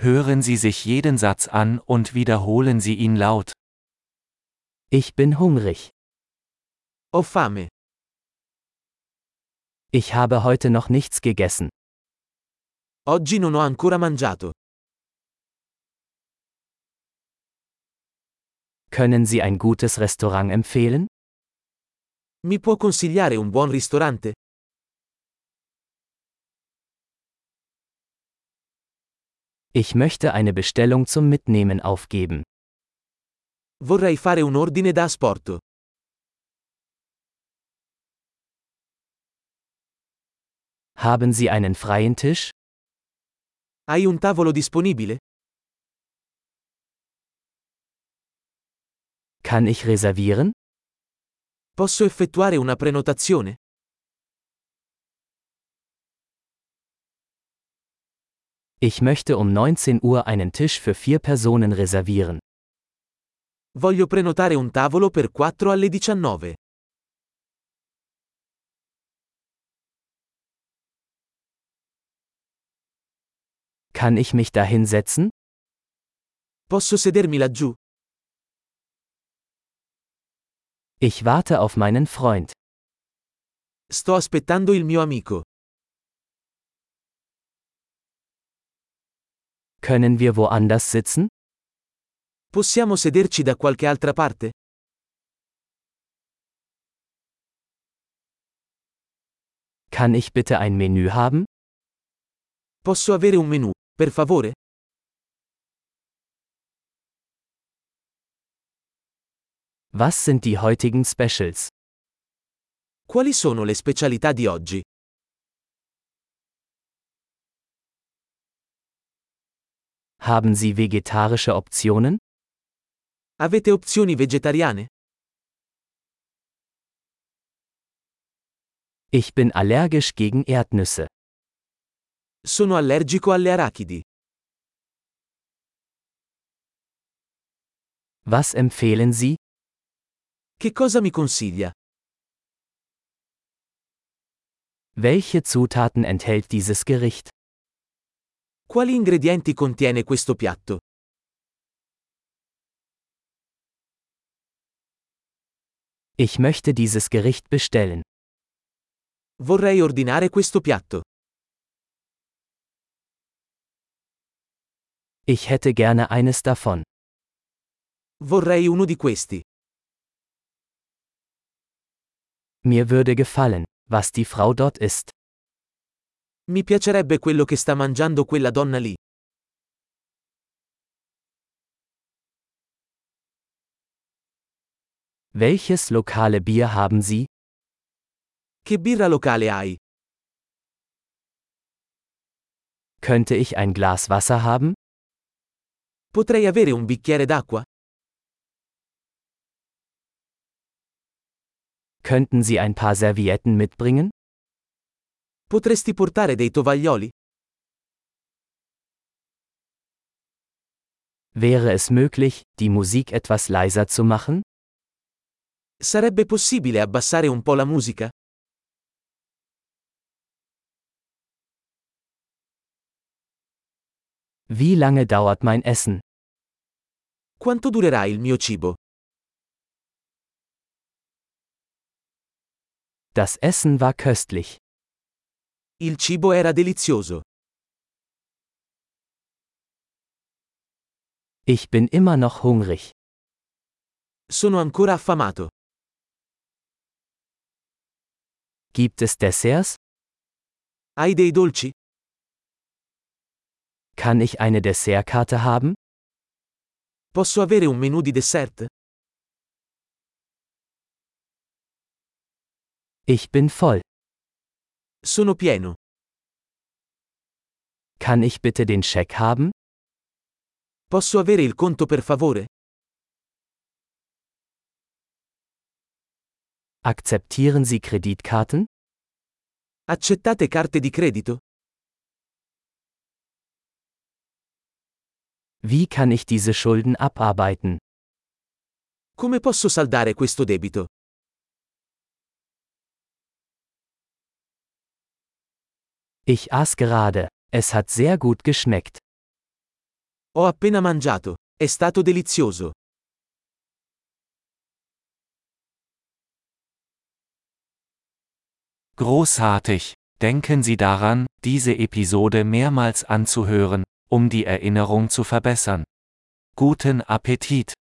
Hören Sie sich jeden Satz an und wiederholen Sie ihn laut. Ich bin hungrig. Ho fame. Ich habe heute noch nichts gegessen. Oggi non ho ancora mangiato. Können Sie ein gutes Restaurant empfehlen? Mi può consigliare un buon ristorante? Ich möchte eine Bestellung zum Mitnehmen aufgeben. Vorrei fare un ordine da asporto. Haben Sie einen freien Tisch? Hai un tavolo disponibile? Kann ich reservieren? Posso effettuare una prenotazione? Ich möchte um 19 Uhr einen Tisch für vier Personen reservieren. Voglio prenotare un tavolo per 4 alle 19. Kann ich mich da hinsetzen? Posso sedermi laggiù? Ich warte auf meinen Freund. Sto aspettando il mio amico. Können wir woanders sitzen? Possiamo sederci da qualche altra parte? Kann ich bitte ein Menü haben? Posso avere un menù, per favore? Was sind die heutigen Specials? Quali sono le specialità di oggi? Haben Sie vegetarische Optionen? Avete opzioni vegetariane? Ich bin allergisch gegen Erdnüsse. Sono allergico alle arachidi. Was empfehlen Sie? Che cosa mi consiglia? Welche Zutaten enthält dieses Gericht? Quali ingredienti contiene questo piatto? Ich möchte dieses Gericht bestellen. Vorrei ordinare questo piatto. Ich hätte gerne eines davon. Vorrei uno di questi. Mir würde gefallen, was die Frau dort isst. Mi piacerebbe quello che sta mangiando quella donna lì. Welches lokale Bier haben Sie? Che birra locale hai? Könnte ich ein Glas Wasser haben? Potrei avere un bicchiere d'acqua? Könnten Sie ein paar Servietten mitbringen? Potresti portare dei tovaglioli? Wäre es möglich, die Musik etwas leiser zu machen? Sarebbe possibile abbassare un po' la musica? Wie lange dauert mein Essen? Quanto durerà il mio cibo? Das Essen war köstlich. Il cibo era delizioso. Ich bin immer noch hungrig. Sono ancora affamato. Gibt es Desserts? Hai dei dolci? Kann ich eine Dessertkarte haben? Posso avere un menù di dessert? Ich bin voll. Sono pieno. Kann ich bitte den Scheck haben? Posso avere il conto per favore? Akzeptieren Sie Kreditkarten? Accettate carte di credito? Wie kann ich diese Schulden abarbeiten? Come posso saldare questo debito? Ich aß gerade. Es hat sehr gut geschmeckt. Ho appena mangiato. È stato delizioso. Großartig! Denken Sie daran, diese Episode mehrmals anzuhören, um die Erinnerung zu verbessern. Guten Appetit!